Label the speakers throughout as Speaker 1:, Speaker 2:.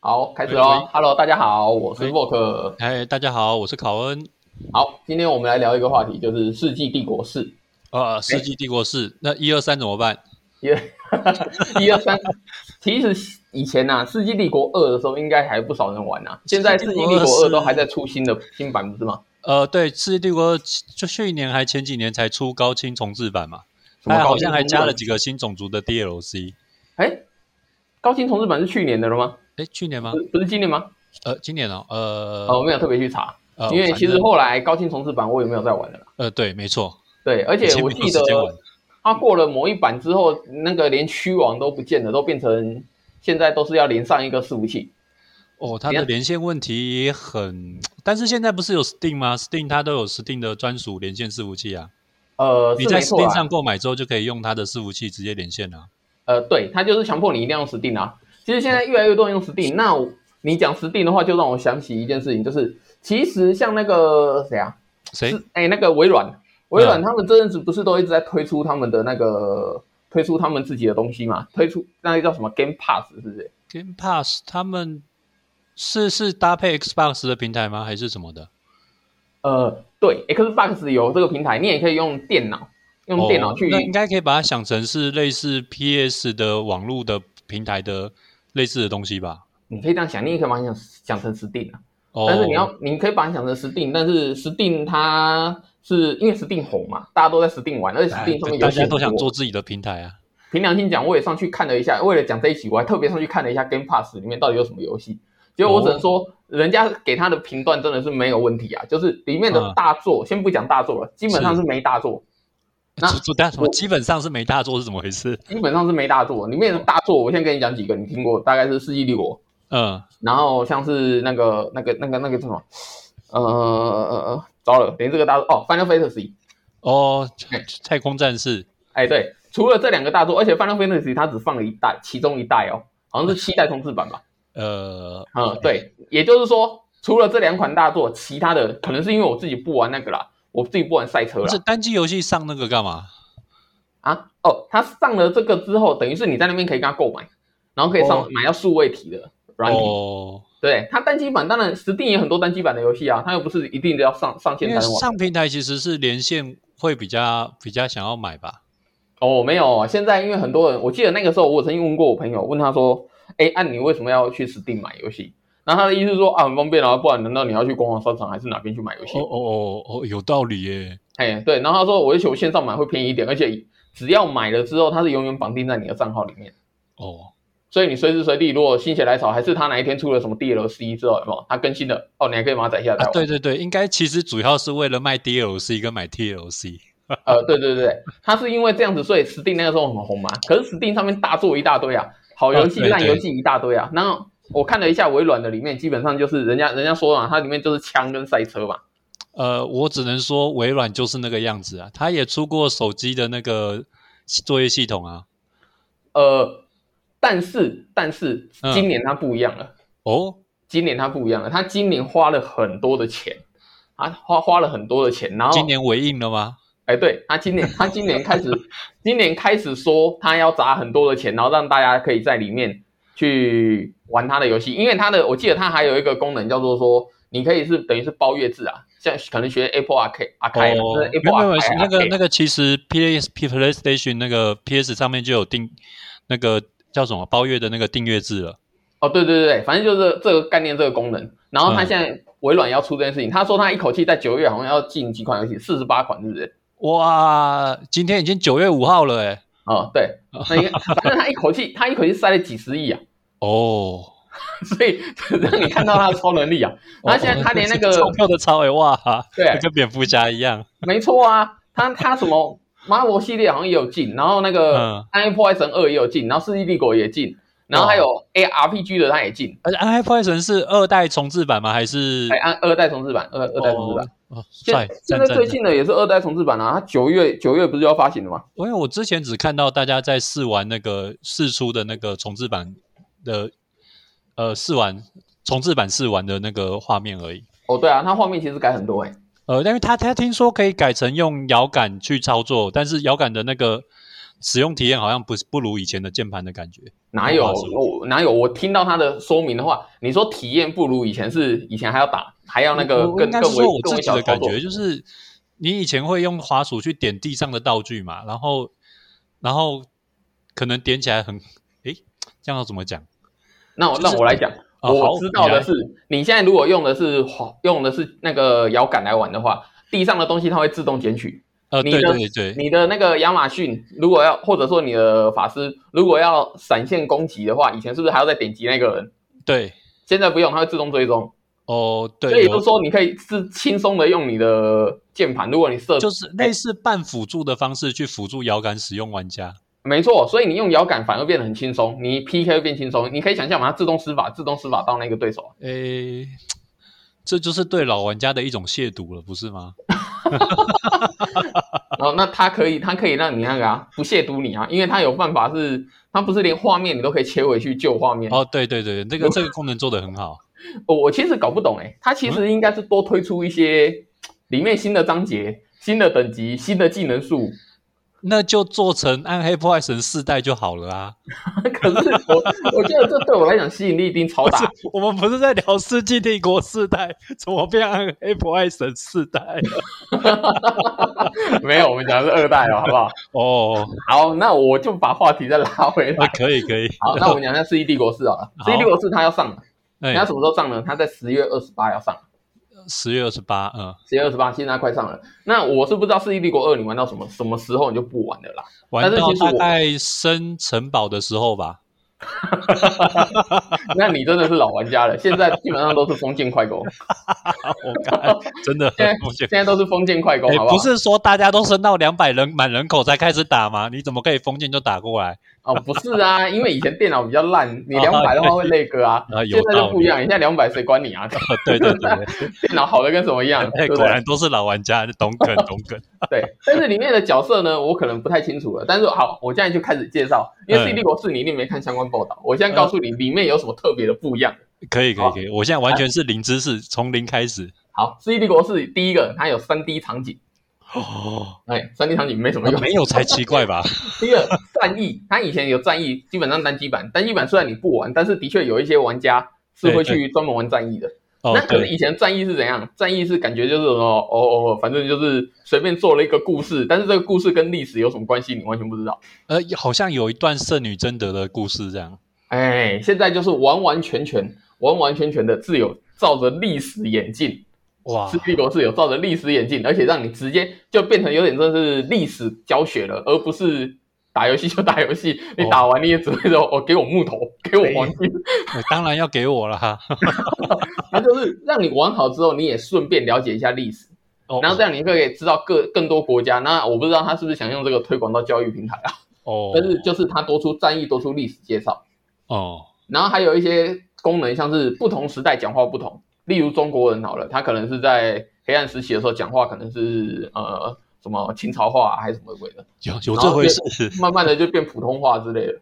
Speaker 1: 好，开始喽！Hello，大家好，我是
Speaker 2: 喂
Speaker 1: Vok。
Speaker 2: 嗨，哎大家好，我是考恩。
Speaker 1: 好，今天我们来聊一个话题，就是《世纪帝国四》，
Speaker 2: 呃，世纪帝国四，那一二三怎么办？
Speaker 1: 因为 一二三。其实以前呐、世纪帝国二》的时候应该还不少人玩呐、现在《世纪帝国二
Speaker 2: 世纪帝国》二
Speaker 1: 都还在出新的新版，不是吗？
Speaker 2: 呃，对，世纪帝国就去年还前几年才出高清重置版嘛，
Speaker 1: 什么
Speaker 2: 它
Speaker 1: 高
Speaker 2: 好
Speaker 1: 清
Speaker 2: 像还
Speaker 1: 重置
Speaker 2: 加
Speaker 1: 版
Speaker 2: 了几个新种族的 DLC。
Speaker 1: 哎，高清重置版是去年的了吗？
Speaker 2: 哎，去年吗
Speaker 1: 不？是不是今年吗？
Speaker 2: 呃，今年哦，
Speaker 1: 哦，我
Speaker 2: 呃，
Speaker 1: 没有特别去查，
Speaker 2: 呃
Speaker 1: 因为其
Speaker 2: 反
Speaker 1: 实
Speaker 2: 正
Speaker 1: 后来高清重置版我也没有在玩了啦。
Speaker 2: 呃，对，没错，
Speaker 1: 对，而
Speaker 2: 以
Speaker 1: 且
Speaker 2: 前
Speaker 1: 我
Speaker 2: 没有
Speaker 1: 记
Speaker 2: 时间玩
Speaker 1: 得它过了某一版之后，那个连区网都不见了，都变成现在都是要连上一个伺服器。
Speaker 2: 哦，它的连线问题也很，但是现在不是有 Steam 吗？Steam 它都有 Steam 的专属连线伺服器啊，
Speaker 1: 呃，
Speaker 2: 你
Speaker 1: 是没
Speaker 2: 在
Speaker 1: 错啦
Speaker 2: Steam 上购买之后就可以用它的伺服器直接连线啊。
Speaker 1: 呃，对，它就是强迫你一定要用 Steam 啊。其实现在越来越多人用 Steam，那我你讲 Steam 的话，就让我想起一件事情，就是其实像那个谁啊，
Speaker 2: 谁？
Speaker 1: 是哎那个微
Speaker 2: 嗯
Speaker 1: 软，微软他们这阵子不是都一直在推出他们的那个推出他们自己的东西嘛？推出那个叫什么 Game Pass 是不是？
Speaker 2: Game Pass 他们是是搭配 Xbox 的平台吗？还是什么的？
Speaker 1: 呃，对，Xbox 有这个平台，你也可以用电脑，用电脑去、
Speaker 2: 哦、那应该可以把它想成是类似 PS 的网络的平台的类似的东西吧？
Speaker 1: 你可以这样想，你也可以把它想想成 Steam 啊。
Speaker 2: 哦，
Speaker 1: 但是你要，你可以把它想成 Steam，但是 Steam 它是因为 Steam 红嘛，大家都在 Steam 玩，而且
Speaker 2: 哎
Speaker 1: Steam 上面有
Speaker 2: 大
Speaker 1: 游戏
Speaker 2: 家
Speaker 1: 很
Speaker 2: 都想
Speaker 1: 多
Speaker 2: 做。自己的平台啊。
Speaker 1: 凭良心讲，我也上去看了一下，为了讲这一集，我还特别上去看了一下 Game Pass 里面到底有什么游戏。结果我只能
Speaker 2: 哦
Speaker 1: 说，人家给他的评断真的是没有问题啊，就是里面的
Speaker 2: 嗯
Speaker 1: 大作，先不讲大作了，基本上
Speaker 2: 是
Speaker 1: 是没大作，那
Speaker 2: 这这但什么
Speaker 1: 我
Speaker 2: 基本上是没大做是怎么回事？
Speaker 1: 基本上是没大作。里面的大作，我先跟你讲几个，你听过，大概是《世纪帝国》，
Speaker 2: 嗯，
Speaker 1: 然后像是那个、那个、那个、那个叫什么，呃呃呃呃，糟了，连这个大作哦，《Final Fantasy》。
Speaker 2: 哦
Speaker 1: 哎，
Speaker 2: 太空战士
Speaker 1: 哎，对，除了这两个大作，而且《Final Fantasy》它只放了一代，其中一代哦，好像是七代重置版吧。
Speaker 2: 呃，
Speaker 1: 嗯，对，也就是说，除了这两款大作，其他的可能是因为我自己不玩那个啦，我自己不玩赛车
Speaker 2: 不
Speaker 1: 啦
Speaker 2: 是。单机游戏上那个干嘛？
Speaker 1: 啊，哦，它上了这个之后，等于是你在那边可以跟它购买，然后可以上、
Speaker 2: 哦
Speaker 1: 买到数位体的软体。
Speaker 2: 哦，
Speaker 1: 对，它单机版当然，Steam 也很多单机版的游戏啊，它又不是一定要上上线
Speaker 2: 因
Speaker 1: 才
Speaker 2: 为
Speaker 1: 能玩。
Speaker 2: 上平台其实是连线会比较比较想要买吧。
Speaker 1: 哦，没有，现在因为很多人，我记得那个时候我曾经问过我朋友，问他说：“哎，按、你为什么要去 Steam 买游戏？”然后他的意思是说啊，很方便啊，不然难道你要去官网商场还是哪边去买游戏
Speaker 2: 哦？哦哦哦，有道理耶。
Speaker 1: 哎、对，然后他说我求线上买会便宜一点，而且只要买了之后，它是永远绑定在你的账号里面，
Speaker 2: 哦，
Speaker 1: 所以你随时随地如果心血来潮，还是他哪一天出了什么 DLC 之后，有没有它更新了哦，你还可以把它载下来再
Speaker 2: 啊
Speaker 1: 玩、，
Speaker 2: 对对对，应该其实主要是为了卖 DLC 跟买 TLC。
Speaker 1: 呃，对对对对，它是因为这样子，所以 Steam 那个时候很红嘛。可是 Steam 上面大作一大堆啊，好游戏、
Speaker 2: 啊对对
Speaker 1: 烂游戏一大堆啊。然后我看了一下微软的里面，基本上就是人家人家说嘛，它里面就是枪跟赛车嘛。
Speaker 2: 呃，我只能说微软就是那个样子啊，它也出过手机的那个作业系统啊。
Speaker 1: 呃，但是但是
Speaker 2: 嗯
Speaker 1: 今年它不一样了，
Speaker 2: 哦，
Speaker 1: 今年它不一样了，它今年花了很多的钱啊，花花了很多的钱，然后
Speaker 2: 今年回应了吗？
Speaker 1: 哎，对他今年，他今年开始，今年开始说他要砸很多的钱，然后让大家可以在里面去玩他的游戏，因为他的，我记得他还有一个功能叫做说，你可以是等于是包月制啊，像可能学 Apple Arcade Arcade，、
Speaker 2: 哦
Speaker 1: 就是，
Speaker 2: 没
Speaker 1: Apple
Speaker 2: 有没有
Speaker 1: Arcade，，
Speaker 2: 那个
Speaker 1: 个
Speaker 2: 那个其实 PS P PlayStation 那个 PS 上面就有订那个叫什么包月的那个订阅制了。
Speaker 1: 哦，对对对对，反正就是这个概念这个功能。然后他
Speaker 2: 嗯
Speaker 1: 现在微软要出这件事情，他说他一口气在九月好像要进几款游戏，四十八款是不是？
Speaker 2: 哇，今天已经九月五号了哎。
Speaker 1: 哦， 对，那应该，反正他一口气，他一口气塞了几十亿啊。
Speaker 2: 哦，
Speaker 1: 所以让你看到他的超能 力啊。然后现在他连那个
Speaker 2: 钞票的钞哎哇，
Speaker 1: 对
Speaker 2: 跟蝙蝠侠一样。
Speaker 1: 没错啊，他他什么 Marvel 系列好像也有进，然后那个《
Speaker 2: 嗯
Speaker 1: 暗黑破坏神二》也有进，然后《世纪帝国》也进，然后还
Speaker 2: 哦
Speaker 1: 有 ARPG 的他也进，
Speaker 2: 而且《暗黑破坏神》哎是二代重置版吗？还是
Speaker 1: 哎，按二代重置版，二二代重置版。
Speaker 2: 哦哦，
Speaker 1: 现
Speaker 2: 帅
Speaker 1: 现
Speaker 2: 赞
Speaker 1: 在
Speaker 2: 赞
Speaker 1: 最
Speaker 2: 赞
Speaker 1: 近的也是二代重置版啊，它九月九月不是要发行的吗？
Speaker 2: 因为我之前只看到大家在试玩那个试出的那个重置版的，呃，试玩重置版试玩的那个画面而已。
Speaker 1: 哦，对啊，它画面其实改很多哎、
Speaker 2: 呃，但是他他听说可以改成用摇杆去操作，但是摇杆的那个使用体验好像不是不如以前的键盘的感觉。
Speaker 1: 哪有
Speaker 2: 我怕是
Speaker 1: 我哪有？我听到他的说明的话，你说体验不如以前是以前还要打，还要那个
Speaker 2: 我我
Speaker 1: 更
Speaker 2: 应该
Speaker 1: 更
Speaker 2: 是
Speaker 1: 微
Speaker 2: 说我
Speaker 1: 更
Speaker 2: 自
Speaker 1: 微
Speaker 2: 己
Speaker 1: 小
Speaker 2: 的
Speaker 1: 操
Speaker 2: 感
Speaker 1: 作
Speaker 2: 觉，就是你以前会用滑鼠去点地上的道具嘛，然后然后可能点起来很，诶，这样要怎么讲？
Speaker 1: 那我、让我来讲，
Speaker 2: 啊好
Speaker 1: 我知道
Speaker 2: 你来
Speaker 1: 的是，你现在如果用的是滑用的是那个摇杆来玩的话，地上的东西它会自动捡取。
Speaker 2: 呃，
Speaker 1: 你
Speaker 2: 对
Speaker 1: 的
Speaker 2: 对对对，
Speaker 1: 你的那个亚马逊，如果要或者说你的法师，如果要闪现攻击的话，以前是不是还要再点击那个人？
Speaker 2: 对
Speaker 1: 现在不用，它会自动追踪。
Speaker 2: 哦，
Speaker 1: 所以
Speaker 2: 对，
Speaker 1: 也就
Speaker 2: 有
Speaker 1: 是说，你可以是轻松的用你的键盘，如果你设
Speaker 2: 就是类似半辅助的方式去辅助摇杆使用玩家。
Speaker 1: 没错，所以你用摇杆反而变得很轻松，你 PK 会变轻松。你可以想象把它自动施法，自动施法到那个对手。
Speaker 2: 诶，这就是对老玩家的一种亵渎了，不是吗？
Speaker 1: 然哦后那它可以，它可以让你那个啊，不亵渎你啊，因为它有办法是，它不是连画面你都可以切回去旧画面。
Speaker 2: 哦，对对对，这个这个功能做得很好。
Speaker 1: 我我其实搞不懂哎、它其实应该是多推出一些里面新的章节、新的等级、新的技能数。
Speaker 2: 那就做成暗黑破坏神四代就好了啊！
Speaker 1: 可是我 我觉得这对我来讲吸引力一定超
Speaker 2: 不是
Speaker 1: 大。，
Speaker 2: 我们不是在聊《世纪帝国》四代，怎么变暗黑破坏神四代？
Speaker 1: 没有，我们讲的是二代哦，好不好？
Speaker 2: 哦，
Speaker 1: 好，那我就把话题再拉回
Speaker 2: 那
Speaker 1: 来。
Speaker 2: 可以可以，
Speaker 1: 好，那我们讲一下《世纪帝国四》好了，《世纪帝国四》它要上了，
Speaker 2: 哎
Speaker 1: 它，什么时候上呢？它在十月二十八要上，
Speaker 2: 十月二十八，嗯，
Speaker 1: 十月二十八，现在快上了。那我是不知道《世纪帝国二》你玩到什么什么时候你就不玩了啦。
Speaker 2: 玩
Speaker 1: 但是
Speaker 2: 到
Speaker 1: 其实
Speaker 2: 大
Speaker 1: 我
Speaker 2: 概升城堡的时候吧。
Speaker 1: 那你真的是老玩家了，现在基本上都是封建快攻，
Speaker 2: 啊 我看真的很抱歉
Speaker 1: 现。在都是封建快攻，
Speaker 2: 哎，
Speaker 1: 好不好？
Speaker 2: 不是说大家都升到两百人满人口才开始打吗？你怎么可以封建就打过来？
Speaker 1: 哦，不是啊，因为以前电脑比较烂，你两百的话会累哥啊。
Speaker 2: 啊，有
Speaker 1: 现在
Speaker 2: 道
Speaker 1: 就不一
Speaker 2: 理。
Speaker 1: 样，现在两百谁管你啊？
Speaker 2: 啊 对对 对，对
Speaker 1: 电脑好的跟什么一样，
Speaker 2: 哎，
Speaker 1: 对不
Speaker 2: 果
Speaker 1: 对？
Speaker 2: 然都是老玩家，懂梗懂梗。
Speaker 1: 对。但是里面的角色呢，我可能不太清楚了。但是好，我现在就开始介绍，因为《
Speaker 2: 嗯
Speaker 1: C 帝国四》你一定没看相关报道，我现在告诉你里面有什么特别的不一样。
Speaker 2: 可以可
Speaker 1: 好
Speaker 2: 以可以，我现在完全是零知识，从零开始。
Speaker 1: 好，《C 帝国四》第一个它有三 D 场景，
Speaker 2: 哦，
Speaker 1: 哎，三 D 场景没什么用。
Speaker 2: 啊没有才奇怪吧？
Speaker 1: 第二，战役，它以前有战役，基本上单机版，单机版虽然你不玩，但是的确有一些玩家是会
Speaker 2: 对
Speaker 1: 去专门玩战役的。
Speaker 2: 哦
Speaker 1: 那，可是
Speaker 2: 对，
Speaker 1: 以前战役是怎样？战役是感觉就是什么哦哦，哦反正就是随便做了一个故事，但是这个故事跟历史有什么关系，你完全不知道。
Speaker 2: 呃，好像有一段圣女贞德的故事这样。
Speaker 1: 哎，现在就是完完全全、完完全全的自由，照着历史演进，
Speaker 2: 哇
Speaker 1: 是，帝国是有照着历史演进，而且让你直接就变成有点真的是历史教学了，而不是。打游戏就打游戏，你
Speaker 2: 哦
Speaker 1: 打完你也只会说：“哦，给我木头，给我 黄金。
Speaker 2: 我呃当然要给我了哈。
Speaker 1: 它就是让你玩好之后，你也顺便了解一下历史。
Speaker 2: 哦
Speaker 1: 然后这样你可以知道各更多国家。那我不知道他是不是想用这个推广到教育平台啊？
Speaker 2: 哦，
Speaker 1: 但是就是他多出战役，多出历史介绍，
Speaker 2: 哦，
Speaker 1: 然后还有一些功能，像是不同时代讲话不同。例如中国人好了，他可能是在黑暗时期的时候讲话可能是呃什么清朝话、啊、还是什么鬼的，
Speaker 2: 有有这回事。
Speaker 1: 慢慢的就变普通话之类的。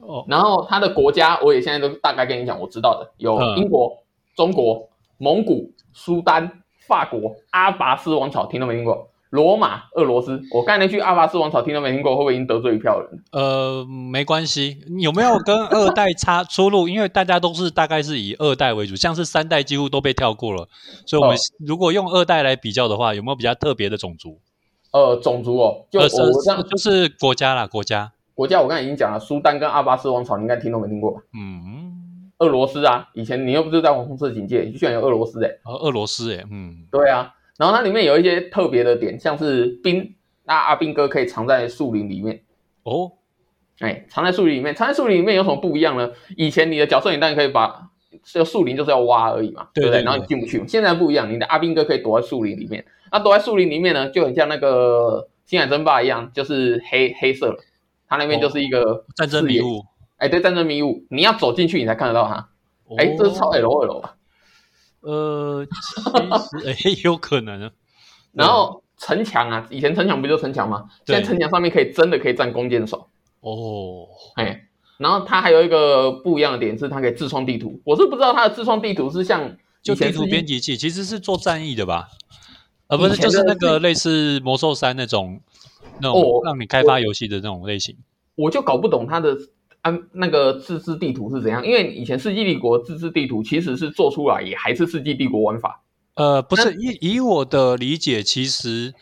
Speaker 2: 哦，
Speaker 1: 然后他的国家我也现在都大概跟你讲，我知道的有
Speaker 2: 嗯
Speaker 1: 英国、中国、蒙古、苏丹、法国、阿拔斯王朝，听都没听过。罗马、俄罗斯，我刚才那句阿拔斯王朝听都没听过，会不会已经得罪一票人？
Speaker 2: 呃，没关系。你有没有跟二代差 出入？因为大家都是大概是以二代为主，像是三代几乎都被跳过了。所以，我们
Speaker 1: 哦
Speaker 2: 如果用二代来比较的话，有没有比较特别的种族？
Speaker 1: 呃，种族哦，就我
Speaker 2: 呃，
Speaker 1: 我这样
Speaker 2: 就是国家啦，国家。
Speaker 1: 国家，我刚才已经讲了，苏丹跟阿拔斯王朝，你应该听都没听过吧？
Speaker 2: 嗯，
Speaker 1: 俄罗斯啊，以前你又不是在玩红色警戒，居然有俄罗斯哎、
Speaker 2: 呃，俄罗斯诶，嗯，
Speaker 1: 对啊，然后它里面有一些特别的点，像是冰，那阿兵哥可以藏在树林里面，
Speaker 2: 哦，
Speaker 1: 哎，藏在树林里面，藏在树林里面有什么不一样呢？以前你的角色你当然可以把这树林就是要挖而已嘛，
Speaker 2: 对
Speaker 1: 不
Speaker 2: 对对
Speaker 1: 然后你进不去。现在不一样，你的阿兵哥可以躲在树林里面，那躲在树林里面呢，就很像那个星海争霸一样，就是黑黑色了。它那边就是一个
Speaker 2: 战争
Speaker 1: 视野
Speaker 2: 迷，雾。哦
Speaker 1: 哎，对，战争迷雾，你要走进去你才看得到它。哎、这是超
Speaker 2: 哦
Speaker 1: L O L 吧？
Speaker 2: 呃，其实 哎，有可能啊。
Speaker 1: 然后城墙啊，以前城墙不就城墙吗？现
Speaker 2: 对
Speaker 1: 在城墙上面可以真的可以站弓箭手。
Speaker 2: 哦，
Speaker 1: 哎，然后它还有一个不一样的点是，它可以自创地图。我是不知道它的自创地图是像
Speaker 2: 就
Speaker 1: 以前
Speaker 2: 地
Speaker 1: 是
Speaker 2: 图编辑器其实是做战役的吧？呃，不是，
Speaker 1: 以前
Speaker 2: 就
Speaker 1: 的
Speaker 2: 是那个类似魔兽三那种，那
Speaker 1: 哦
Speaker 2: 种让你开发游戏的那种类型。
Speaker 1: 我就搞不懂它的安那个自制地图是怎样，因为以前《世纪帝国》自制地图其实是做出来也还是《世纪帝国》玩法，
Speaker 2: 呃，不是，以以我的理解，其实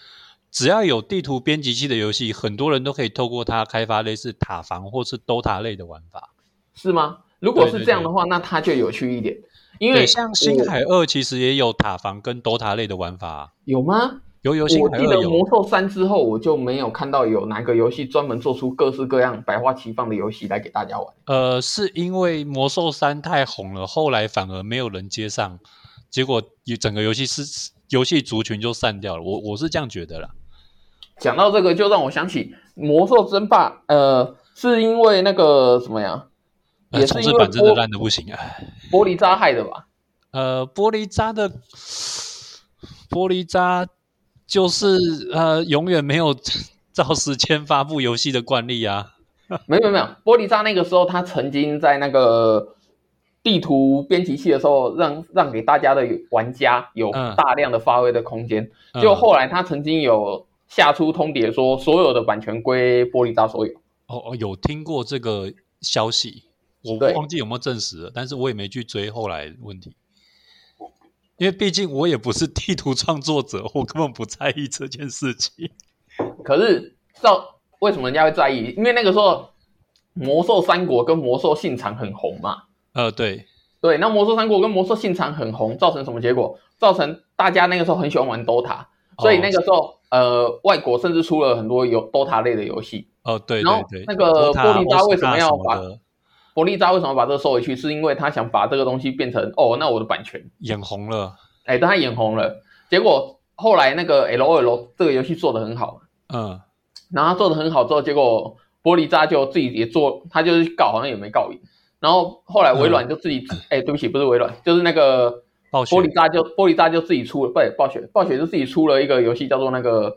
Speaker 2: 只要有地图编辑器的游戏，很多人都可以透过它开发类似塔防或是 DOTA 类的玩法。
Speaker 1: 是吗？如果
Speaker 2: 对
Speaker 1: 是
Speaker 2: 对
Speaker 1: 这样
Speaker 2: 对
Speaker 1: 的话，那它就有趣一点，因为
Speaker 2: 对，像《星海二》其实也有塔防跟 DOTA 类的玩法啊、
Speaker 1: 有吗？
Speaker 2: 有有《星
Speaker 1: 我
Speaker 2: 海
Speaker 1: 记
Speaker 2: 二》
Speaker 1: 得《
Speaker 2: 有，
Speaker 1: 魔兽三》之后，我就没有看到有哪个游戏专门做出各式各样、百花齐放的游戏来给大家玩。
Speaker 2: 呃，是因为《魔兽三》太红了，后来反而没有人接上，结果也整个游戏是游戏族群就散掉了。我我是这样觉得啦。
Speaker 1: 讲到这个，就让我想起《魔兽争霸》，呃，是因为那个什么呀？
Speaker 2: 呃
Speaker 1: 也是
Speaker 2: 重
Speaker 1: 因
Speaker 2: 置
Speaker 1: 为
Speaker 2: 版真的
Speaker 1: 玻
Speaker 2: 烂的不行啊。
Speaker 1: 玻璃渣害的吧？
Speaker 2: 呃，玻璃渣的玻璃渣就是呃，永远没有 照时间发布游戏的惯例啊。
Speaker 1: 没有没有没有，玻璃渣那个时候他曾经在那个地图编辑器的时候让，让给大家的玩家有
Speaker 2: 嗯
Speaker 1: 大量的发挥的空间。
Speaker 2: 嗯
Speaker 1: 就后来他曾经有下出通牒说，所有的版权归玻璃渣所有。
Speaker 2: 哦哦，有听过这个消息，我
Speaker 1: 对
Speaker 2: 忘记有没有证实了，但是我也没去追后来问题，因为毕竟我也不是地图创作者，我根本不在意这件事情。
Speaker 1: 可是照为什么人家会在意？因为那个时候魔兽三国跟魔兽信长很红嘛。
Speaker 2: 呃，对，
Speaker 1: 对，那魔兽三国跟魔兽信长很红，造成什么结果？造成大家那个时候很喜欢玩 DOTA，所以
Speaker 2: 哦
Speaker 1: 那个时候、呃，外国甚至出了很多有 DOTA 类的游戏。
Speaker 2: 哦，对
Speaker 1: 然后
Speaker 2: 对对，
Speaker 1: 那个
Speaker 2: 托塔
Speaker 1: 玻璃渣
Speaker 2: 或是
Speaker 1: 为什么
Speaker 2: 大
Speaker 1: 要
Speaker 2: 什么
Speaker 1: 把
Speaker 2: 的
Speaker 1: 伯利扎为什么把这个收回去？是因为他想把这个东西变成哦，那我的版权。
Speaker 2: 眼红了？
Speaker 1: 哎，但他眼红了，结果后来那个 L O L 这个游戏做的很好，
Speaker 2: 嗯，
Speaker 1: 然后他做的很好之后，结果玻璃渣就自己也做，他就是告，好像也没告赢。然后后来微软就自己，哎、对不起，不是微软，就是那个
Speaker 2: 嗯暴雪
Speaker 1: 玻璃渣就玻璃渣就自己出了，不对，暴雪暴雪就自己出了一个游戏叫做那个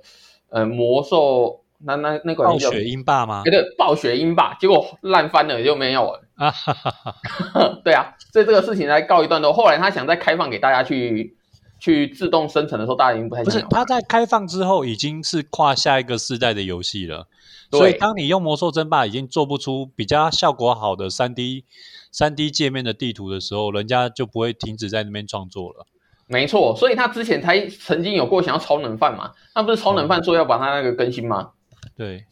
Speaker 1: 呃魔兽，那那那个游
Speaker 2: 暴
Speaker 1: 戏叫
Speaker 2: 雪英霸吗
Speaker 1: 哎？对，暴雪英霸，结果烂翻了，就没人要玩。
Speaker 2: 啊哈哈哈。
Speaker 1: 对啊，所以这个事情才告一段落。后来他想再开放给大家去去自动生成的时候，大家已经不太
Speaker 2: 不
Speaker 1: 想
Speaker 2: 是，
Speaker 1: 玩
Speaker 2: 它在开放之后已经是跨下一个世代的游戏了。
Speaker 1: 对
Speaker 2: 所以，当你用魔兽争霸已经做不出比较效果好的三 D 三 D 界面的地图的时候，人家就不会停止在那边创作了。
Speaker 1: 没错，所以他之前才曾经有过想要超冷饭嘛，那不是超冷饭说要把他那个更新
Speaker 2: 嗯
Speaker 1: 吗？
Speaker 2: 对，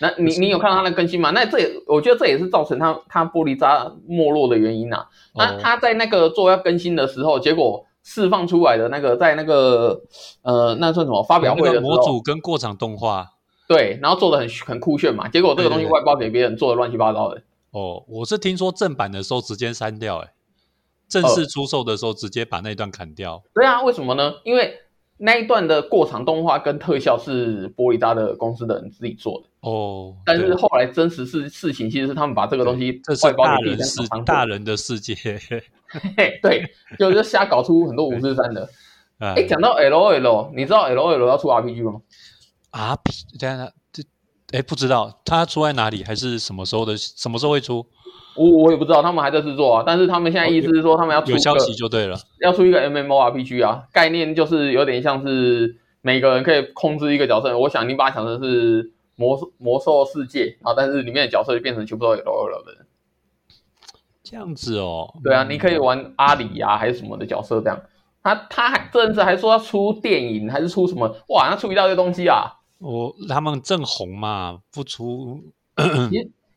Speaker 1: 那你你有看到他的更新吗？那这也我觉得这也是造成他他玻璃渣没落的原因啊。那
Speaker 2: 哦
Speaker 1: 他在那个做要更新的时候，结果释放出来的那个在那个呃那算什么发表会
Speaker 2: 那
Speaker 1: 的时
Speaker 2: 个
Speaker 1: 候，
Speaker 2: 模组跟过场动画，
Speaker 1: 对，然后做的很很酷炫嘛，结果这个东西
Speaker 2: 对对对
Speaker 1: 外包给别人做的乱七八糟的。
Speaker 2: 哦，我是听说正版的时候直接删掉、欸，正
Speaker 1: 哦
Speaker 2: 式出售的时候直接把那段砍掉。
Speaker 1: 对啊，为什么呢？因为那一段的过场动画跟特效是玻璃渣的公司的人自己做的，
Speaker 2: 哦，
Speaker 1: 但是
Speaker 2: 对
Speaker 1: 后来真实事事情其实是他们把这个东西
Speaker 2: 这是
Speaker 1: 外包
Speaker 2: 大
Speaker 1: 给
Speaker 2: 人
Speaker 1: 第
Speaker 2: 世
Speaker 1: 三方做，
Speaker 2: 大人的世界。
Speaker 1: 嘿，对，就就瞎搞出很多五四三的。
Speaker 2: 哎
Speaker 1: 哎，讲到 L O L，你知道 L O L 要出 R P G 吗？
Speaker 2: 啊，等一下这哎不知道它出在哪里，还是什么时候的，什么时候会出？
Speaker 1: 我我也不知道，他们还在制作啊，但是他们现在意思是说他们要出一
Speaker 2: 哦有
Speaker 1: 个
Speaker 2: 消息就对了。
Speaker 1: 要出一个 M M O R P G 啊，概念就是有点像是每个人可以控制一个角色，我想你把它想成是魔兽魔兽世界，然后但是里面的角色就变成全部都有 L O L 的人。
Speaker 2: 这样子哦，
Speaker 1: 对啊，
Speaker 2: 嗯
Speaker 1: 你可以玩阿里呀、还是什么的角色这样。他他还这阵子还说要出电影，还是出什么？哇，他出一大堆东西啊！
Speaker 2: 我他们正红嘛，不出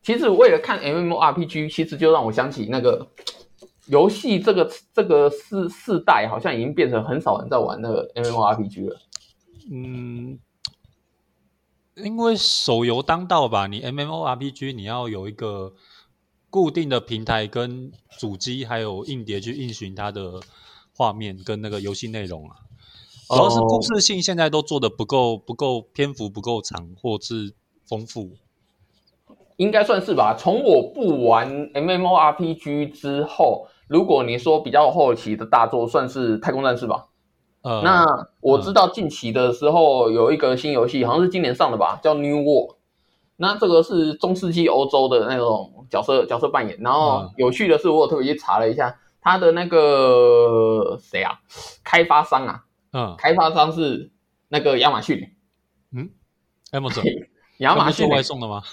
Speaker 1: 其实为了看 MMORPG，其实就让我想起那个游戏这个这个世世代，好像已经变成很少人在玩那个 MMORPG 了。
Speaker 2: 嗯，因为手游当道吧，你 MMORPG 你要有一个固定的平台跟主机还有硬碟去运行它的画面跟那个游戏内容啊。主要是
Speaker 1: 哦
Speaker 2: 故事性现在都做的不够，不够篇幅不够长，或是丰富。
Speaker 1: 应该算是吧。从我不玩 MMORPG 之后，如果你说比较后期的大作，算是太空战士吧。
Speaker 2: 呃，
Speaker 1: 那我知道近期的时候有一个新游戏，好像是今年上的吧，叫 New World。那这个是中世纪欧洲的那种角色角色扮演。然后
Speaker 2: 嗯
Speaker 1: 有趣的是，我有特别去查了一下，它的那个谁啊，开发商啊，
Speaker 2: 嗯
Speaker 1: 开发商是那个亚马逊。
Speaker 2: 嗯， Amazon
Speaker 1: 亚马逊
Speaker 2: 他们是外送的吗？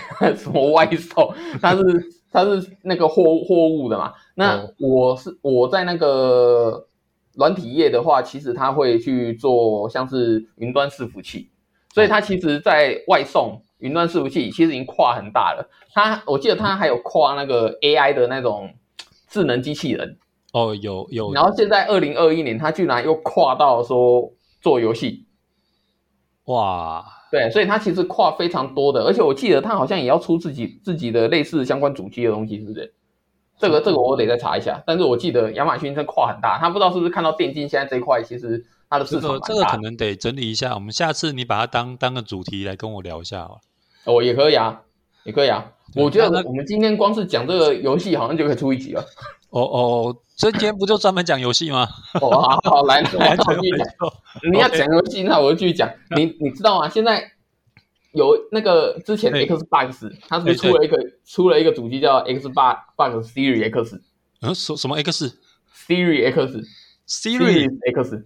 Speaker 1: 什么外 送，它是它是那个货货物的嘛。那
Speaker 2: 哦
Speaker 1: 我是我在那个软体业的话，其实它会去做像是云端伺服器，所
Speaker 2: 哦
Speaker 1: 以它其实在外送云端伺服器其实已经跨很大了。它我记得它还有跨那个 AI 的那种智能机器人，
Speaker 2: 哦，有有，
Speaker 1: 然后现在二零二一年它居然又跨到说做游戏，
Speaker 2: 哇，
Speaker 1: 对，所以它其实跨非常多的，而且我记得它好像也要出自己自己的类似相关主机的东西，是不是？这个这个我得再查一下，但是我记得亚马逊真跨很大，它不知道是不是看到电竞现在这一块，其实它的
Speaker 2: 这
Speaker 1: 市场
Speaker 2: 个
Speaker 1: 蛮
Speaker 2: 这个
Speaker 1: 大
Speaker 2: 可能得整理一下，我们下次你把它当当个主题来跟我聊一下好了。
Speaker 1: 的哦，也可以啊，也可以啊。
Speaker 2: 对
Speaker 1: 我觉
Speaker 2: 那
Speaker 1: 得
Speaker 2: 那
Speaker 1: 我们今天光是讲这个游戏，好像就可以出一集 了。
Speaker 2: 哦哦，这今天不就专门讲游 戏吗？
Speaker 1: 哦，好好来，来 来，
Speaker 2: 完全
Speaker 1: 我继续
Speaker 2: 没嗯
Speaker 1: 讲。
Speaker 2: 错。
Speaker 1: 你要讲游戏，那我就继续讲。你你知道吗？现在有那个之前
Speaker 2: 对
Speaker 1: Xbox，它是不是
Speaker 2: 对对
Speaker 1: 出了一个出了一个主机叫 Xbox Series X？
Speaker 2: 嗯，什什么 X
Speaker 1: Siri X、
Speaker 2: Siri？
Speaker 1: X，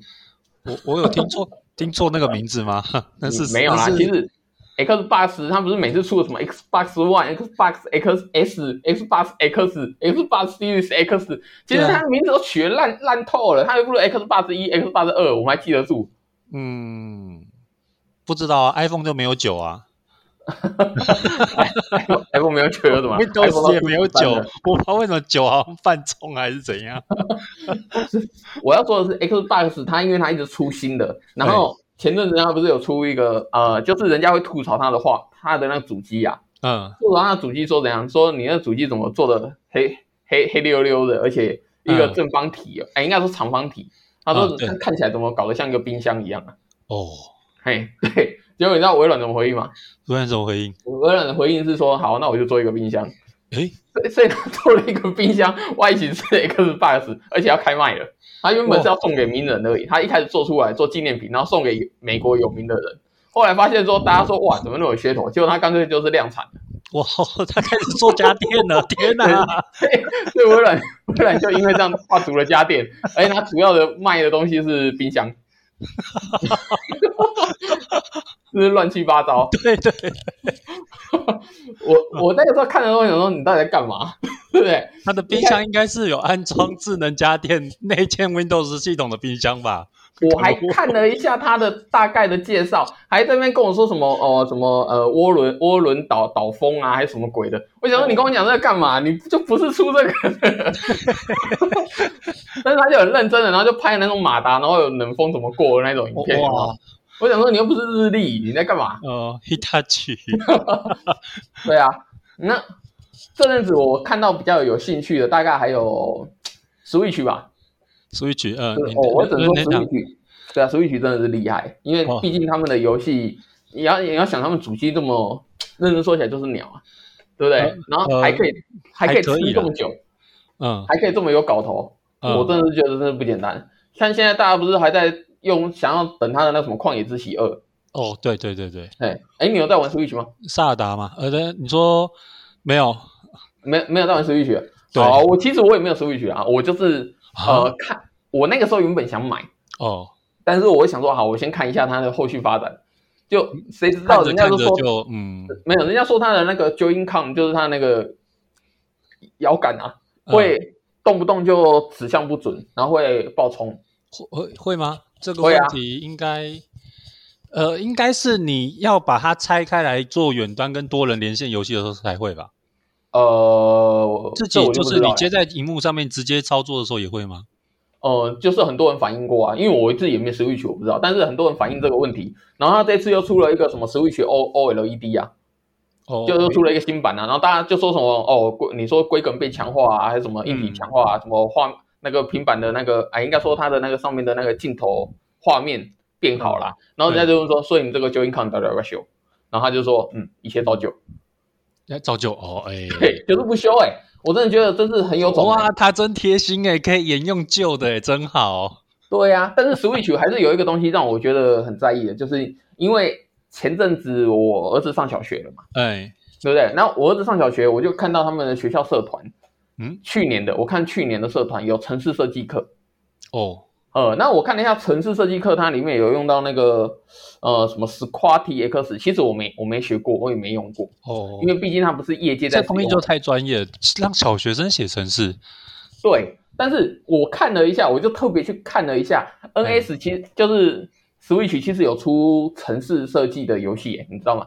Speaker 2: 我我有听错听错那个名字吗？ 那是
Speaker 1: 嗯没有啦。
Speaker 2: 那是
Speaker 1: 其实 Xbox 它不是每次出了什么 Xbox One、Xbox X S、Xbox X、Xbox Series X，其实
Speaker 2: 对啊
Speaker 1: 它名字都取得烂烂透了。它又不是 Xbox 一、Xbox 二，我们还记得 住。
Speaker 2: 嗯，不知道啊，iPhone 就没有九啊
Speaker 1: iPhone 没有九有什么？iPhone 啊
Speaker 2: ，Windows
Speaker 1: 都
Speaker 2: 也没有
Speaker 1: 出版
Speaker 2: 九
Speaker 1: 了，
Speaker 2: 我不知道为什么九好像犯冲还是怎样。
Speaker 1: 我要说的是，Xbox 它因为它一直出新的，然后前阵子它不是有出一个呃，就是人家会吐槽它的话，它的那个主机啊，
Speaker 2: 嗯，
Speaker 1: 不然他主机说怎样？说你那主机怎么做的黑黑黑溜溜的，而且一个
Speaker 2: 嗯
Speaker 1: 正方体，哎、应该说长方体。他说、
Speaker 2: 嗯对
Speaker 1: 看起来怎么搞得像一个冰箱一样啊？
Speaker 2: 哦，
Speaker 1: 嘿， 对。结果你知道微软怎么回应吗？
Speaker 2: 突然怎么回应？
Speaker 1: 微软的回应是说，好，那我就做一个冰箱。
Speaker 2: 诶，
Speaker 1: 所以所以他做了一个冰箱，外形是 Xbox，而且要开卖了。他原本是要送给名人而已，他一开始做出来做纪念品，然后送给美国有名的人。后来发现说，大家说哇，怎么那么有噱头？结果他干脆就是量产。
Speaker 2: 哇，他开始做家电了，天哪！
Speaker 1: 对，微软微软就因为这样跨足了家电，而且它主要的卖的东西是冰箱，就是乱七八糟。
Speaker 2: 对对，
Speaker 1: 我我那个时候看的时候想说，你到底在干嘛？对不对？
Speaker 2: 他的冰箱应该是有安装智能家电内建 Windows 系统的冰箱吧？
Speaker 1: 我还看了一下它的大概的介绍，还在那边跟我说什么哦、什么呃涡轮涡轮导导风啊，还是什么鬼的？我想说你跟我讲这个干嘛？你就不是出这个的。 但是他就很认真的，然后就拍那种马达，然后有冷风怎么过的那种影片。啊有没有
Speaker 2: 哇，
Speaker 1: 我想说，你又不是日历，你在干嘛？
Speaker 2: 呃，Hitachi，
Speaker 1: 对啊，那这阵子我看到比较有兴趣的，大概还有 Switch 吧。
Speaker 2: Switch，呃，
Speaker 1: 对
Speaker 2: 你
Speaker 1: 哦，我只能说
Speaker 2: 那那那
Speaker 1: Switch，对啊，Switch 真的是厉害，因为
Speaker 2: 哦
Speaker 1: 毕竟他们的游戏，你要你要想他们主机这么认真说起来就是鸟啊，对不对？
Speaker 2: 呃
Speaker 1: 然后还可以、还可以
Speaker 2: 还可以啊
Speaker 1: 吃
Speaker 2: 啦
Speaker 1: 这么久，
Speaker 2: 嗯，
Speaker 1: 还可以这么有搞头，
Speaker 2: 嗯
Speaker 1: 我真的是觉得真的不简单。像现在大家不是还在用想要等他的那什么《旷野之息二》？
Speaker 2: 哦，对对对对，
Speaker 1: 哎哎，你有在玩 Switch 吗？
Speaker 2: 萨达嘛，呃，对你说没有？
Speaker 1: 没没有到玩 Switch。
Speaker 2: 对
Speaker 1: 好，我其实我也没有 Switch 啊，我就是
Speaker 2: 啊
Speaker 1: 呃看，我那个时候原本想买，
Speaker 2: 哦，
Speaker 1: 但是我想说好，我先看一下它的后续发展。就谁知道
Speaker 2: 看着
Speaker 1: 人家
Speaker 2: 看
Speaker 1: 都
Speaker 2: 着
Speaker 1: 说
Speaker 2: 就嗯，
Speaker 1: 没有，人家说它的那个 Joy-Con 就是它那个摇杆啊，
Speaker 2: 嗯
Speaker 1: 会动不动就指向不准，然后会爆冲。
Speaker 2: 会会会吗？这个
Speaker 1: 会
Speaker 2: 问
Speaker 1: 啊
Speaker 2: 题应该，呃，应该是你要把它拆开来做远端跟多人连线游戏的时候才会吧？
Speaker 1: 呃，
Speaker 2: 自己
Speaker 1: 这我
Speaker 2: 就
Speaker 1: 不
Speaker 2: 是
Speaker 1: 知道
Speaker 2: 你
Speaker 1: 了
Speaker 2: 接在荧幕上面直接操作的时候也会吗？
Speaker 1: 呃，就是很多人反映过啊，因为我自己也没 Switch，我不知道，但是很多人反映这个问题。然后他这次又出了一个什么 Switch O OLED 啊，
Speaker 2: 哦，
Speaker 1: 就是出了一个新版啊，然后大家就说什么哦，规你说规格被强化啊，还是什么硬体强化啊，什么画那个平板的那个，哎，应该说它的那个上面的那个镜头画面变好了，然后人家就问说，所以你这个 Joy-Con 到底要不要修？然后他就说，嗯，一切照旧，
Speaker 2: 要造就哦，哎、
Speaker 1: 对，就是不修哎、我真的觉得真是很有种、欸，
Speaker 2: 哇，他真贴心哎、可以沿用旧的哎、真好。
Speaker 1: 对呀、但是 Switch 还是有一个东西让我觉得很在意的，就是因为前阵子我儿子上小学了嘛。
Speaker 2: 哎、
Speaker 1: 对不对？然后我儿子上小学，我就看到他们的学校社团，
Speaker 2: 嗯，
Speaker 1: 去年的我看去年的社团有城市设计课，
Speaker 2: 哦，
Speaker 1: 呃，那我看了一下城市设计课，它里面有用到那个呃什么 Squatty X，其实我没我没学过，我也没用过，
Speaker 2: 哦
Speaker 1: 因，为毕竟它不是业界在
Speaker 2: 这
Speaker 1: 使
Speaker 2: 东西
Speaker 1: 用
Speaker 2: 就太专业，让小学生写程式，
Speaker 1: 对，但是我看了一下，我就特别去看了一下
Speaker 2: 嗯
Speaker 1: ，NS 其实就是 Switch 其实有出城市设计的游戏耶，你知道吗？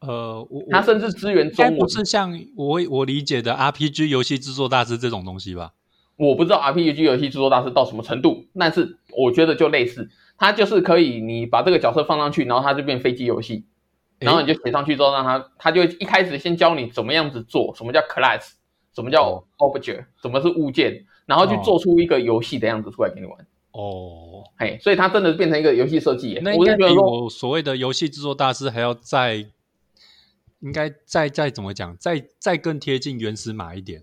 Speaker 2: 呃，我
Speaker 1: 它
Speaker 2: 我
Speaker 1: 甚至支援
Speaker 2: 应该
Speaker 1: 中
Speaker 2: 不
Speaker 1: 文，
Speaker 2: 是像我我理解的 RPG 游戏制作大师这种东西吧？
Speaker 1: 我不知道 RPG 游戏制作大师到什么程度，但是我觉得就类似，它就是可以你把这个角色放上去，然后它就变飞机游戏，
Speaker 2: 诶
Speaker 1: 然后你就写上去之后，让它它就一开始先教你怎么样子做，什么叫 class，什么叫
Speaker 2: 哦
Speaker 1: object，什么是物件，然后去
Speaker 2: 哦
Speaker 1: 做出一个游戏的样子出来给你玩。
Speaker 2: 哦，
Speaker 1: 嘿，所以它真的变成一个游戏设计耶。
Speaker 2: 那应
Speaker 1: 我
Speaker 2: 该
Speaker 1: 是觉得
Speaker 2: 比
Speaker 1: 说，
Speaker 2: 我所谓的游戏制作大师还要再，应该再再怎么讲，再再更贴近原始码一点。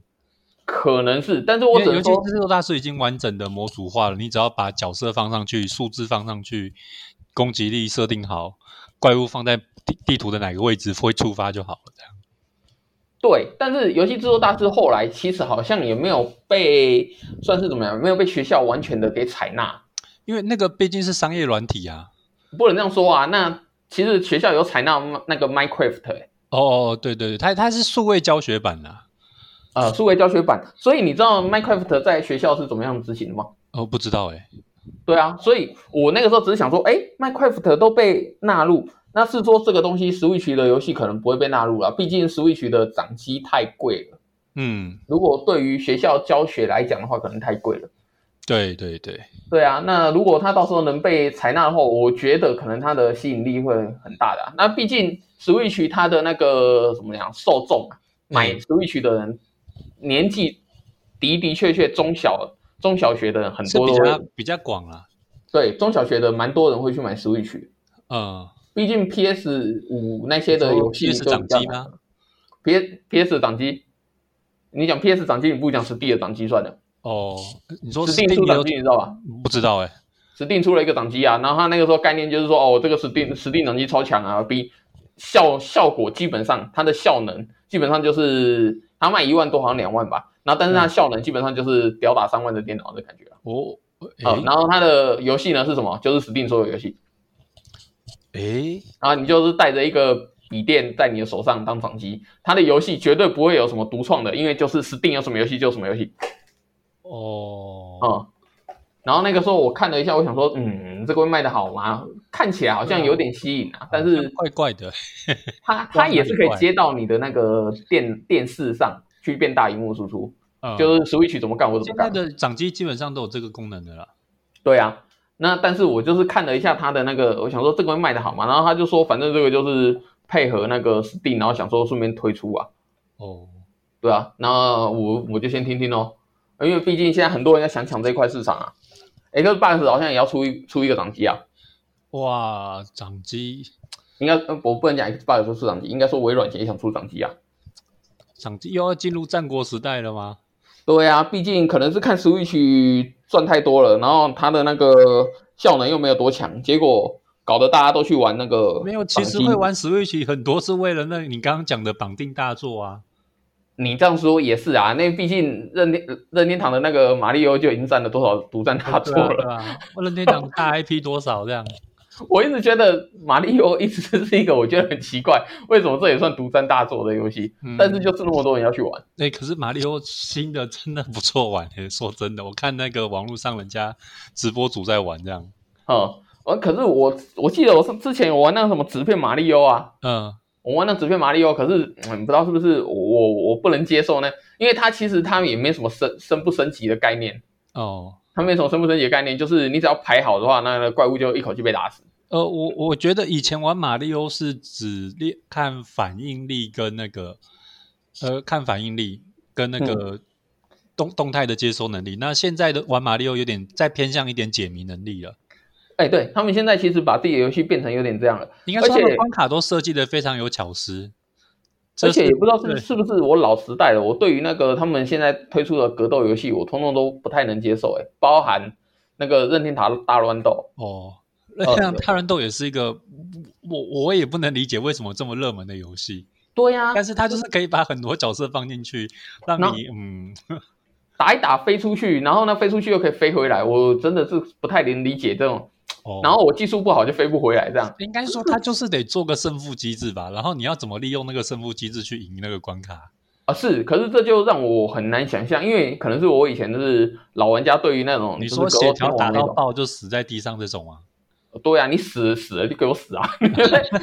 Speaker 1: 可能是，但是
Speaker 2: 因
Speaker 1: 我
Speaker 2: 为
Speaker 1: 只能
Speaker 2: 游戏
Speaker 1: 说，
Speaker 2: 制作大师已经完整的模组化了，你只要把角色放上去，数字放上去，攻击力设定好，怪物放在地地图的哪个位置会触发就好了。这样
Speaker 1: 对，但是游戏制作大师后来其实好像也没有被算是怎么样，没有被学校完全的给采纳，
Speaker 2: 因为那个毕竟是商业软体啊。
Speaker 1: 不能这样说啊。那其实学校有采纳那个 Minecraft，耶欸
Speaker 2: 哦，对对对，它它是数位教学版啊啦、
Speaker 1: 呃，数位教学版，所以你知道 Minecraft 在学校是怎么样执行的吗？
Speaker 2: 哦，不知道哎、
Speaker 1: 对啊，所以我那个时候只是想说，哎，Minecraft 都被纳入，那是说这个东西 Switch 的游戏可能不会被纳入了，毕竟 Switch 的掌机太贵了。
Speaker 2: 嗯，
Speaker 1: 如果对于学校教学来讲的话，可能太贵了。
Speaker 2: 对对对，
Speaker 1: 对啊，那如果他到时候能被采纳的话，我觉得可能它的吸引力会很大的啊、那毕竟 Switch 它的那个怎么讲受众啊，买
Speaker 2: 嗯
Speaker 1: Switch 的人年纪的的确确中小中小学的人很
Speaker 2: 是
Speaker 1: 多
Speaker 2: 比
Speaker 1: 都
Speaker 2: 较
Speaker 1: 会，
Speaker 2: 比较广啊啦。
Speaker 1: 对中小学的蛮多人会去买 Switch。
Speaker 2: 嗯，
Speaker 1: 毕竟 PS 五那些的游戏
Speaker 2: 你说 PS
Speaker 1: 就比较
Speaker 2: 掌机
Speaker 1: 难
Speaker 2: 吗
Speaker 1: ？PS PS 掌机，你讲 PS 掌机，你不讲 Steam 的掌机算了。
Speaker 2: 哦，你说
Speaker 1: Steam 出掌
Speaker 2: 有
Speaker 1: 机你知道吧？
Speaker 2: 不知道哎、
Speaker 1: Steam 出了一个掌机啊，然后他那个时候概念就是说，哦，这个 Steam Steam 掌机超强啊，比效效果基本上它的效能基本上就是它卖一万多，好像两万吧，然后但是它的效能基本上就是吊打三万的电脑的感觉啊。
Speaker 2: 我
Speaker 1: 啊、
Speaker 2: 诶
Speaker 1: 然后它的游戏呢是什么？就是 Steam 所有游戏，
Speaker 2: 诶，
Speaker 1: 然后你就是带着一个笔电在你的手上当掌机，它的游戏绝对不会有什么独创的，因为就是 Steam 有什么游戏就有什么游戏。
Speaker 2: 哦，
Speaker 1: 嗯，然后那个时候我看了一下，我想说，嗯，这个会卖的好吗？看起来好像有点吸引啊，但是
Speaker 2: 怪怪的，
Speaker 1: 它它也是可以接到你的那个电电视上去变大荧幕输出，
Speaker 2: 嗯
Speaker 1: 就是 Switch 怎么干我怎
Speaker 2: 现
Speaker 1: 么
Speaker 2: 在
Speaker 1: 干。
Speaker 2: 的掌机基本上都有这个功能的啦。
Speaker 1: 对啊，那但是我就是看了一下它的那个，我想说这个会卖的好吗？然后他就说，反正这个就是配合那个 Steam，然后想说顺便推出啊。
Speaker 2: 哦，
Speaker 1: 对啊，那我我就先听听咯，因为毕竟现在很多人在想抢这块市场啊。Xbox 好像也要出一出一个掌机啊，
Speaker 2: 哇，掌机
Speaker 1: 应该呃我不能讲 Xbox 出市场机，应该说微软也想出掌机啊。
Speaker 2: 掌机又要进入战国时代了吗？
Speaker 1: 对啊，毕竟可能是看 Switch 赚太多了，然后它的那个效能又没有多强，结果搞得大家都去玩那个
Speaker 2: 没有，其实
Speaker 1: 掌机
Speaker 2: 会。玩 Switch 很多是为了那你刚刚讲的绑定大作啊。
Speaker 1: 你这样说也是啊，那毕竟任天任天堂的那个马里奥就已经占了多少独占大作
Speaker 2: 对啊
Speaker 1: 了。
Speaker 2: 对啊，任天堂大 IP 多少这样？
Speaker 1: 我一直觉得马里奥一直是一个我觉得很奇怪，为什么这也算独占大作的游戏？
Speaker 2: 嗯
Speaker 1: 但是就是那么多人要去玩，
Speaker 2: 哎、可是马里奥新的真的不错玩、欸，说真的，我看那个网络上人家直播组在玩这样，
Speaker 1: 嗯，呃，可是我我记得我是之前有玩那个什么纸片马里奥啊，
Speaker 2: 嗯，
Speaker 1: 我玩那纸片马里奥，可是嗯，不知道是不是我我我不能接受呢？因为它其实它也没什么升升不升级的概念，
Speaker 2: 哦，
Speaker 1: 它没什么升不升级的概念，就是你只要排好的话，那个怪物就一口气被打死。
Speaker 2: 呃，我我觉得以前玩马里奥是只练看反应力跟那个，呃，看反应力跟那
Speaker 1: 嗯
Speaker 2: 个动、动态的接收能力。那现在的玩马里奥有点再偏向一点解谜能力了，
Speaker 1: 哎，对他们现在其实把自己的游戏变成有点这样了，
Speaker 2: 应该
Speaker 1: 而
Speaker 2: 说他
Speaker 1: 且
Speaker 2: 们关卡都设计的非常有巧思。
Speaker 1: 而
Speaker 2: 这
Speaker 1: 且
Speaker 2: 是
Speaker 1: 也不知道是
Speaker 2: 对
Speaker 1: 是不是我老时代了，我对于那个他们现在推出的格斗游戏，我通通都不太能接受、欸，包含那个任天堂大乱斗，
Speaker 2: 哦，
Speaker 1: 哦
Speaker 2: 那像
Speaker 1: 对
Speaker 2: 《泰人斗》也是一个，我我也不能理解为什么这么热门的游戏，
Speaker 1: 对呀、啊
Speaker 2: 但是它就是可以把很多角色放进去，让
Speaker 1: 那
Speaker 2: 你嗯
Speaker 1: 打一打飞出去，然后呢飞出去又可以飞回来，我真的是不太能理解这种。
Speaker 2: 哦，
Speaker 1: 然后我技术不好就飞不回来这样。
Speaker 2: 应该说他就是得做个胜负机制吧，然后你要怎么利用那个胜负机制去赢那个关卡？
Speaker 1: 啊，是，可是这就让我很难想象，因为可能是我以前就是老玩家对于那种
Speaker 2: 你
Speaker 1: 就是
Speaker 2: 说
Speaker 1: 哦格斗
Speaker 2: 协
Speaker 1: 天
Speaker 2: 调
Speaker 1: 王
Speaker 2: 打
Speaker 1: 那
Speaker 2: 到
Speaker 1: 种，
Speaker 2: 爆就死在地上这种啊？
Speaker 1: 对啊，你死死了就给我死啊！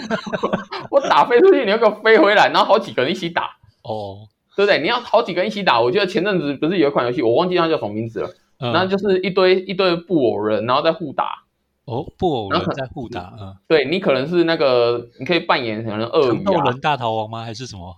Speaker 1: 我打飞出去，你要给我飞回来，然后好几个人一起打，
Speaker 2: 哦，
Speaker 1: 对不对？你要好几个人一起打，我记得前阵子不是有一款游戏，我忘记它叫什么名字了，
Speaker 2: 嗯、
Speaker 1: 然后就是一堆一堆布偶人，然后在互打。
Speaker 2: 哦，布偶
Speaker 1: 然
Speaker 2: 人
Speaker 1: 后
Speaker 2: 在互打，嗯，
Speaker 1: 对你可能是那个，你可以扮演可能鳄
Speaker 2: 强
Speaker 1: 鱼
Speaker 2: 斗
Speaker 1: 啊，
Speaker 2: 人大逃亡吗？还是什么？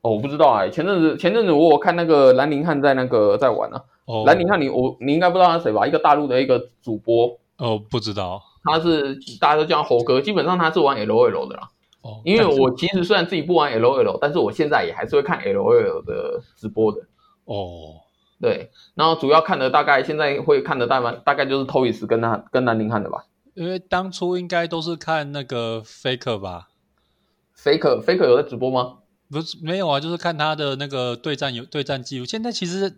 Speaker 1: 哦，我不知道哎、前阵子前阵子我有看那个兰陵汉在那个在玩啊，
Speaker 2: 哦，
Speaker 1: 兰陵汉你我你应该不知道他是谁吧？一个大陆的一个主播，
Speaker 2: 哦，不知道
Speaker 1: 他是大家都叫他猴哥，基本上他是玩 L O L 的啦。
Speaker 2: 哦，
Speaker 1: 因为
Speaker 2: 但是
Speaker 1: 我其实虽然自己不玩 L O L，但是我现在也还是会看 L O L 的直播的。
Speaker 2: 哦，
Speaker 1: 对，然后主要看的大概现在会看的大概大概就是 Toys 跟他跟南宁汉的吧。
Speaker 2: 因为当初应该都是看那个 Faker 吧。
Speaker 1: Faker Faker 有在直播吗？
Speaker 2: 不是没有啊，就是看他的那个对战有对战记录。现在其实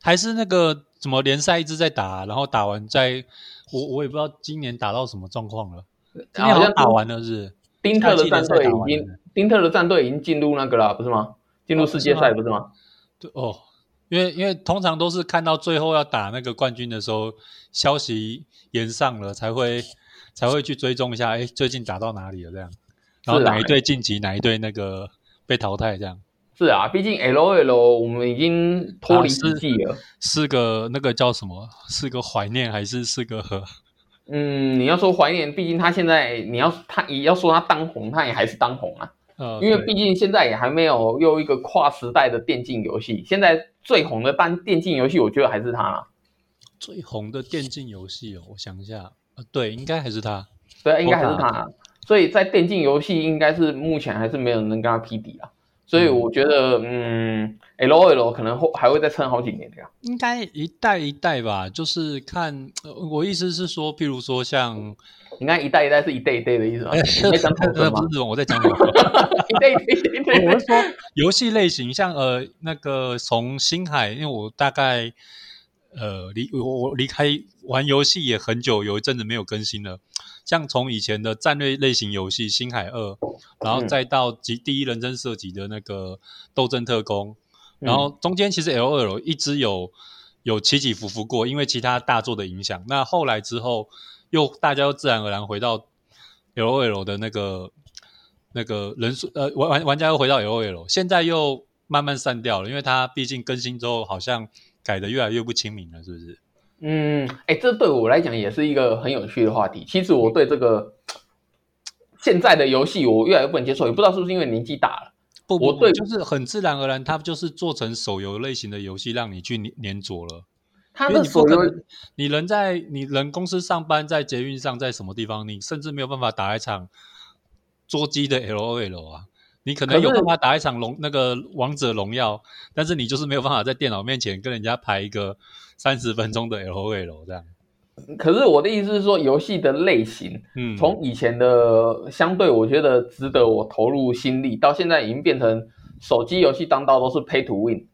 Speaker 2: 还是那个什么联赛一直在打，然后打完再我我也不知道今年打到什么状况了。今年
Speaker 1: 好
Speaker 2: 好
Speaker 1: 像
Speaker 2: 像打完了是
Speaker 1: 丁特的战队
Speaker 2: 夏季联赛打
Speaker 1: 已
Speaker 2: 完
Speaker 1: 经
Speaker 2: 了
Speaker 1: 丁特的战队已经进入那个了，不是吗？进入世界赛
Speaker 2: 哦
Speaker 1: 不是吗？
Speaker 2: 对哦，因为因为通常都是看到最后要打那个冠军的时候，消息延上了才会才会去追踪一下，哎，最近打到哪里了这样，然后
Speaker 1: 是啊
Speaker 2: 哪一队晋级，哪一队那个被淘汰这样。
Speaker 1: 是啊，毕竟 L O L 我们已经脱离世纪了。
Speaker 2: 是个那个叫什么？是个怀念还是是个和？
Speaker 1: 嗯，你要说怀念，毕竟他现在你要他也要说他当红，他也还是当红啊。
Speaker 2: 呃，
Speaker 1: 因为
Speaker 2: 对
Speaker 1: 毕竟现在也还没有用一个跨时代的电竞游戏，现在最红的单电竞游戏，我觉得还是它啦。
Speaker 2: 最红的电竞游戏哦，我想一下，呃，对，应该还是它。
Speaker 1: 对啊，应该还是
Speaker 2: Dota
Speaker 1: 它啦。所以在电竞游戏应该是目前还是没有人跟它匹敌啊。所以我觉得，嗯，L O L 可能后还会再撑好几年的呀。
Speaker 2: 应该一代一代吧，就是看，呃我意思是说，譬如 说像，
Speaker 1: 你看一代一代是一代一代的意思吗？
Speaker 2: 哎，
Speaker 1: 你在讲统
Speaker 2: 呃
Speaker 1: 神吗
Speaker 2: 不？是我在讲什么？
Speaker 1: 一代一代一代一
Speaker 2: 我
Speaker 1: 代。
Speaker 2: 是说游戏类型，像呃那个从星海，因为我大概呃离我我离开玩游戏也很久，有一阵子没有更新了。像从以前的战略类型游戏《星海二》，然后
Speaker 1: 嗯
Speaker 2: 再到及第一人称射击的那个《斗争特工》，
Speaker 1: 嗯
Speaker 2: 然后中间其实 L 二 L 一直有有起起伏伏过，因为其他大作的影响。那后来之后，又大家又自然而然回到 L 二 L 的那个那个人数，呃，玩玩玩家又回到 L 二 L，现在又慢慢散掉了，因为它毕竟更新之后好像改的越来越不亲民了，是不是？
Speaker 1: 嗯，哎，这对我来讲也是一个很有趣的话题。其实我对这个现在的游戏我越来越不能接受，也不知道是不是因为年纪大了。
Speaker 2: 不不
Speaker 1: 我
Speaker 2: 不，
Speaker 1: 对
Speaker 2: 就是很自然而然，它就是做成手游类型的游戏，让你去粘粘着了。
Speaker 1: 他
Speaker 2: 因为
Speaker 1: 的
Speaker 2: 你不
Speaker 1: 手
Speaker 2: 可
Speaker 1: 游
Speaker 2: 能，你人在你人公司上班，在捷运上，在什么地方，你甚至没有办法打一场捉鸡的 L O L 啊。你可能
Speaker 1: 可是
Speaker 2: 有办法打一场龙那个王者荣耀，但是你就是没有办法在电脑面前跟人家排一个三十分钟的 L O L 这样。
Speaker 1: 可是我的意思是说，游戏的类型
Speaker 2: 嗯，
Speaker 1: 从以前的相对，我觉得值得我投入心力，到现在已经变成手机游戏当道都是 pay to win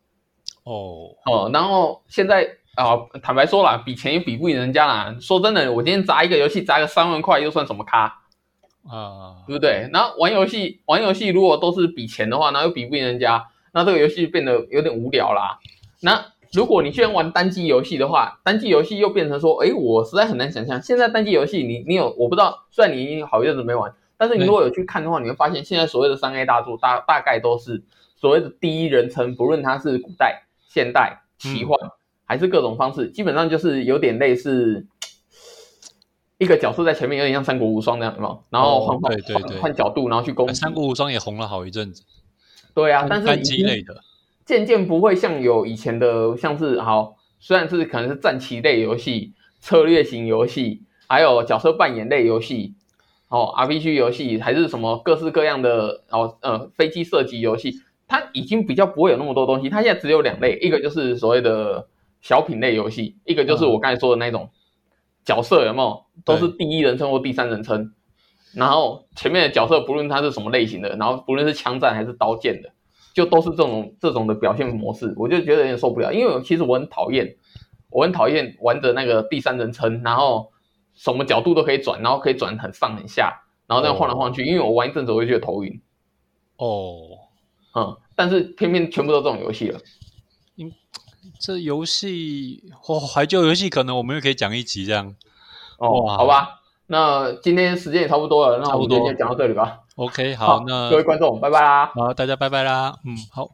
Speaker 2: 哦，
Speaker 1: 哦、然后现在啊、坦白说啦，比钱也比不赢人家啦。说真的，我今天砸一个游戏砸个三万块又算什么咖，
Speaker 2: 啊、
Speaker 1: 对不对？然后玩游戏玩游戏如果都是比钱的话，然后又比不赢人家，那这个游戏变得有点无聊啦。那如果你居然玩单机游戏的话，单机游戏又变成说，诶，我实在很难想象，现在单机游戏你你有我不知道，虽然你已经好一阵子没玩，但是你如果有去看的话，你会发现现在所谓的三 A 大作大大概都是所谓的第一人称，不论它是古代、现代、奇幻、还是各种方式，基本上就是有点类似。一个角色在前面有点像《三国无双》那样，有没有？然后换
Speaker 2: 哦
Speaker 1: 换、
Speaker 2: 对对对呃
Speaker 1: 换换角度，然后去攻击。
Speaker 2: 哎三国无双也红了好一阵子，
Speaker 1: 对啊，但是
Speaker 2: 单
Speaker 1: 已
Speaker 2: 机
Speaker 1: 经
Speaker 2: 类的，
Speaker 1: 渐渐不会像有以前的，像是好，虽然是可能是战棋类游戏、策略型游戏，还有角色扮演类游戏，哦，RPG 游戏，还是什么各式各样的哦，呃，飞机射击游戏，它已经比较不会有那么多东西。它现在只有两类，一个就是所谓的小品类游戏，一个就是我刚才说的那种、角色有没有都是第一人称或第三人称，然后前面的角色不论它是什么类型的，然后不论是枪战还是刀剑的。就都是这种这种的表现模式，我就觉得有点受不了。因为我其实我很讨厌，我很讨厌玩的那个第三人称，然后什么角度都可以转，然后可以转很上很下，然后这样晃来晃去。因为我玩一阵子我会觉得头晕，
Speaker 2: 哦，
Speaker 1: 嗯，但是偏偏全部都这种游戏了。
Speaker 2: 这游戏哦，怀旧游戏可能我们又可以讲一集这样。
Speaker 1: 哦，
Speaker 2: 哇
Speaker 1: 好吧，那今天时间也差不多了，那我
Speaker 2: 差不
Speaker 1: 们
Speaker 2: 多
Speaker 1: 今天就讲到这里吧。
Speaker 2: OK，好，那
Speaker 1: 各位观众，拜拜啦。
Speaker 2: 好，大家拜拜啦。嗯，好。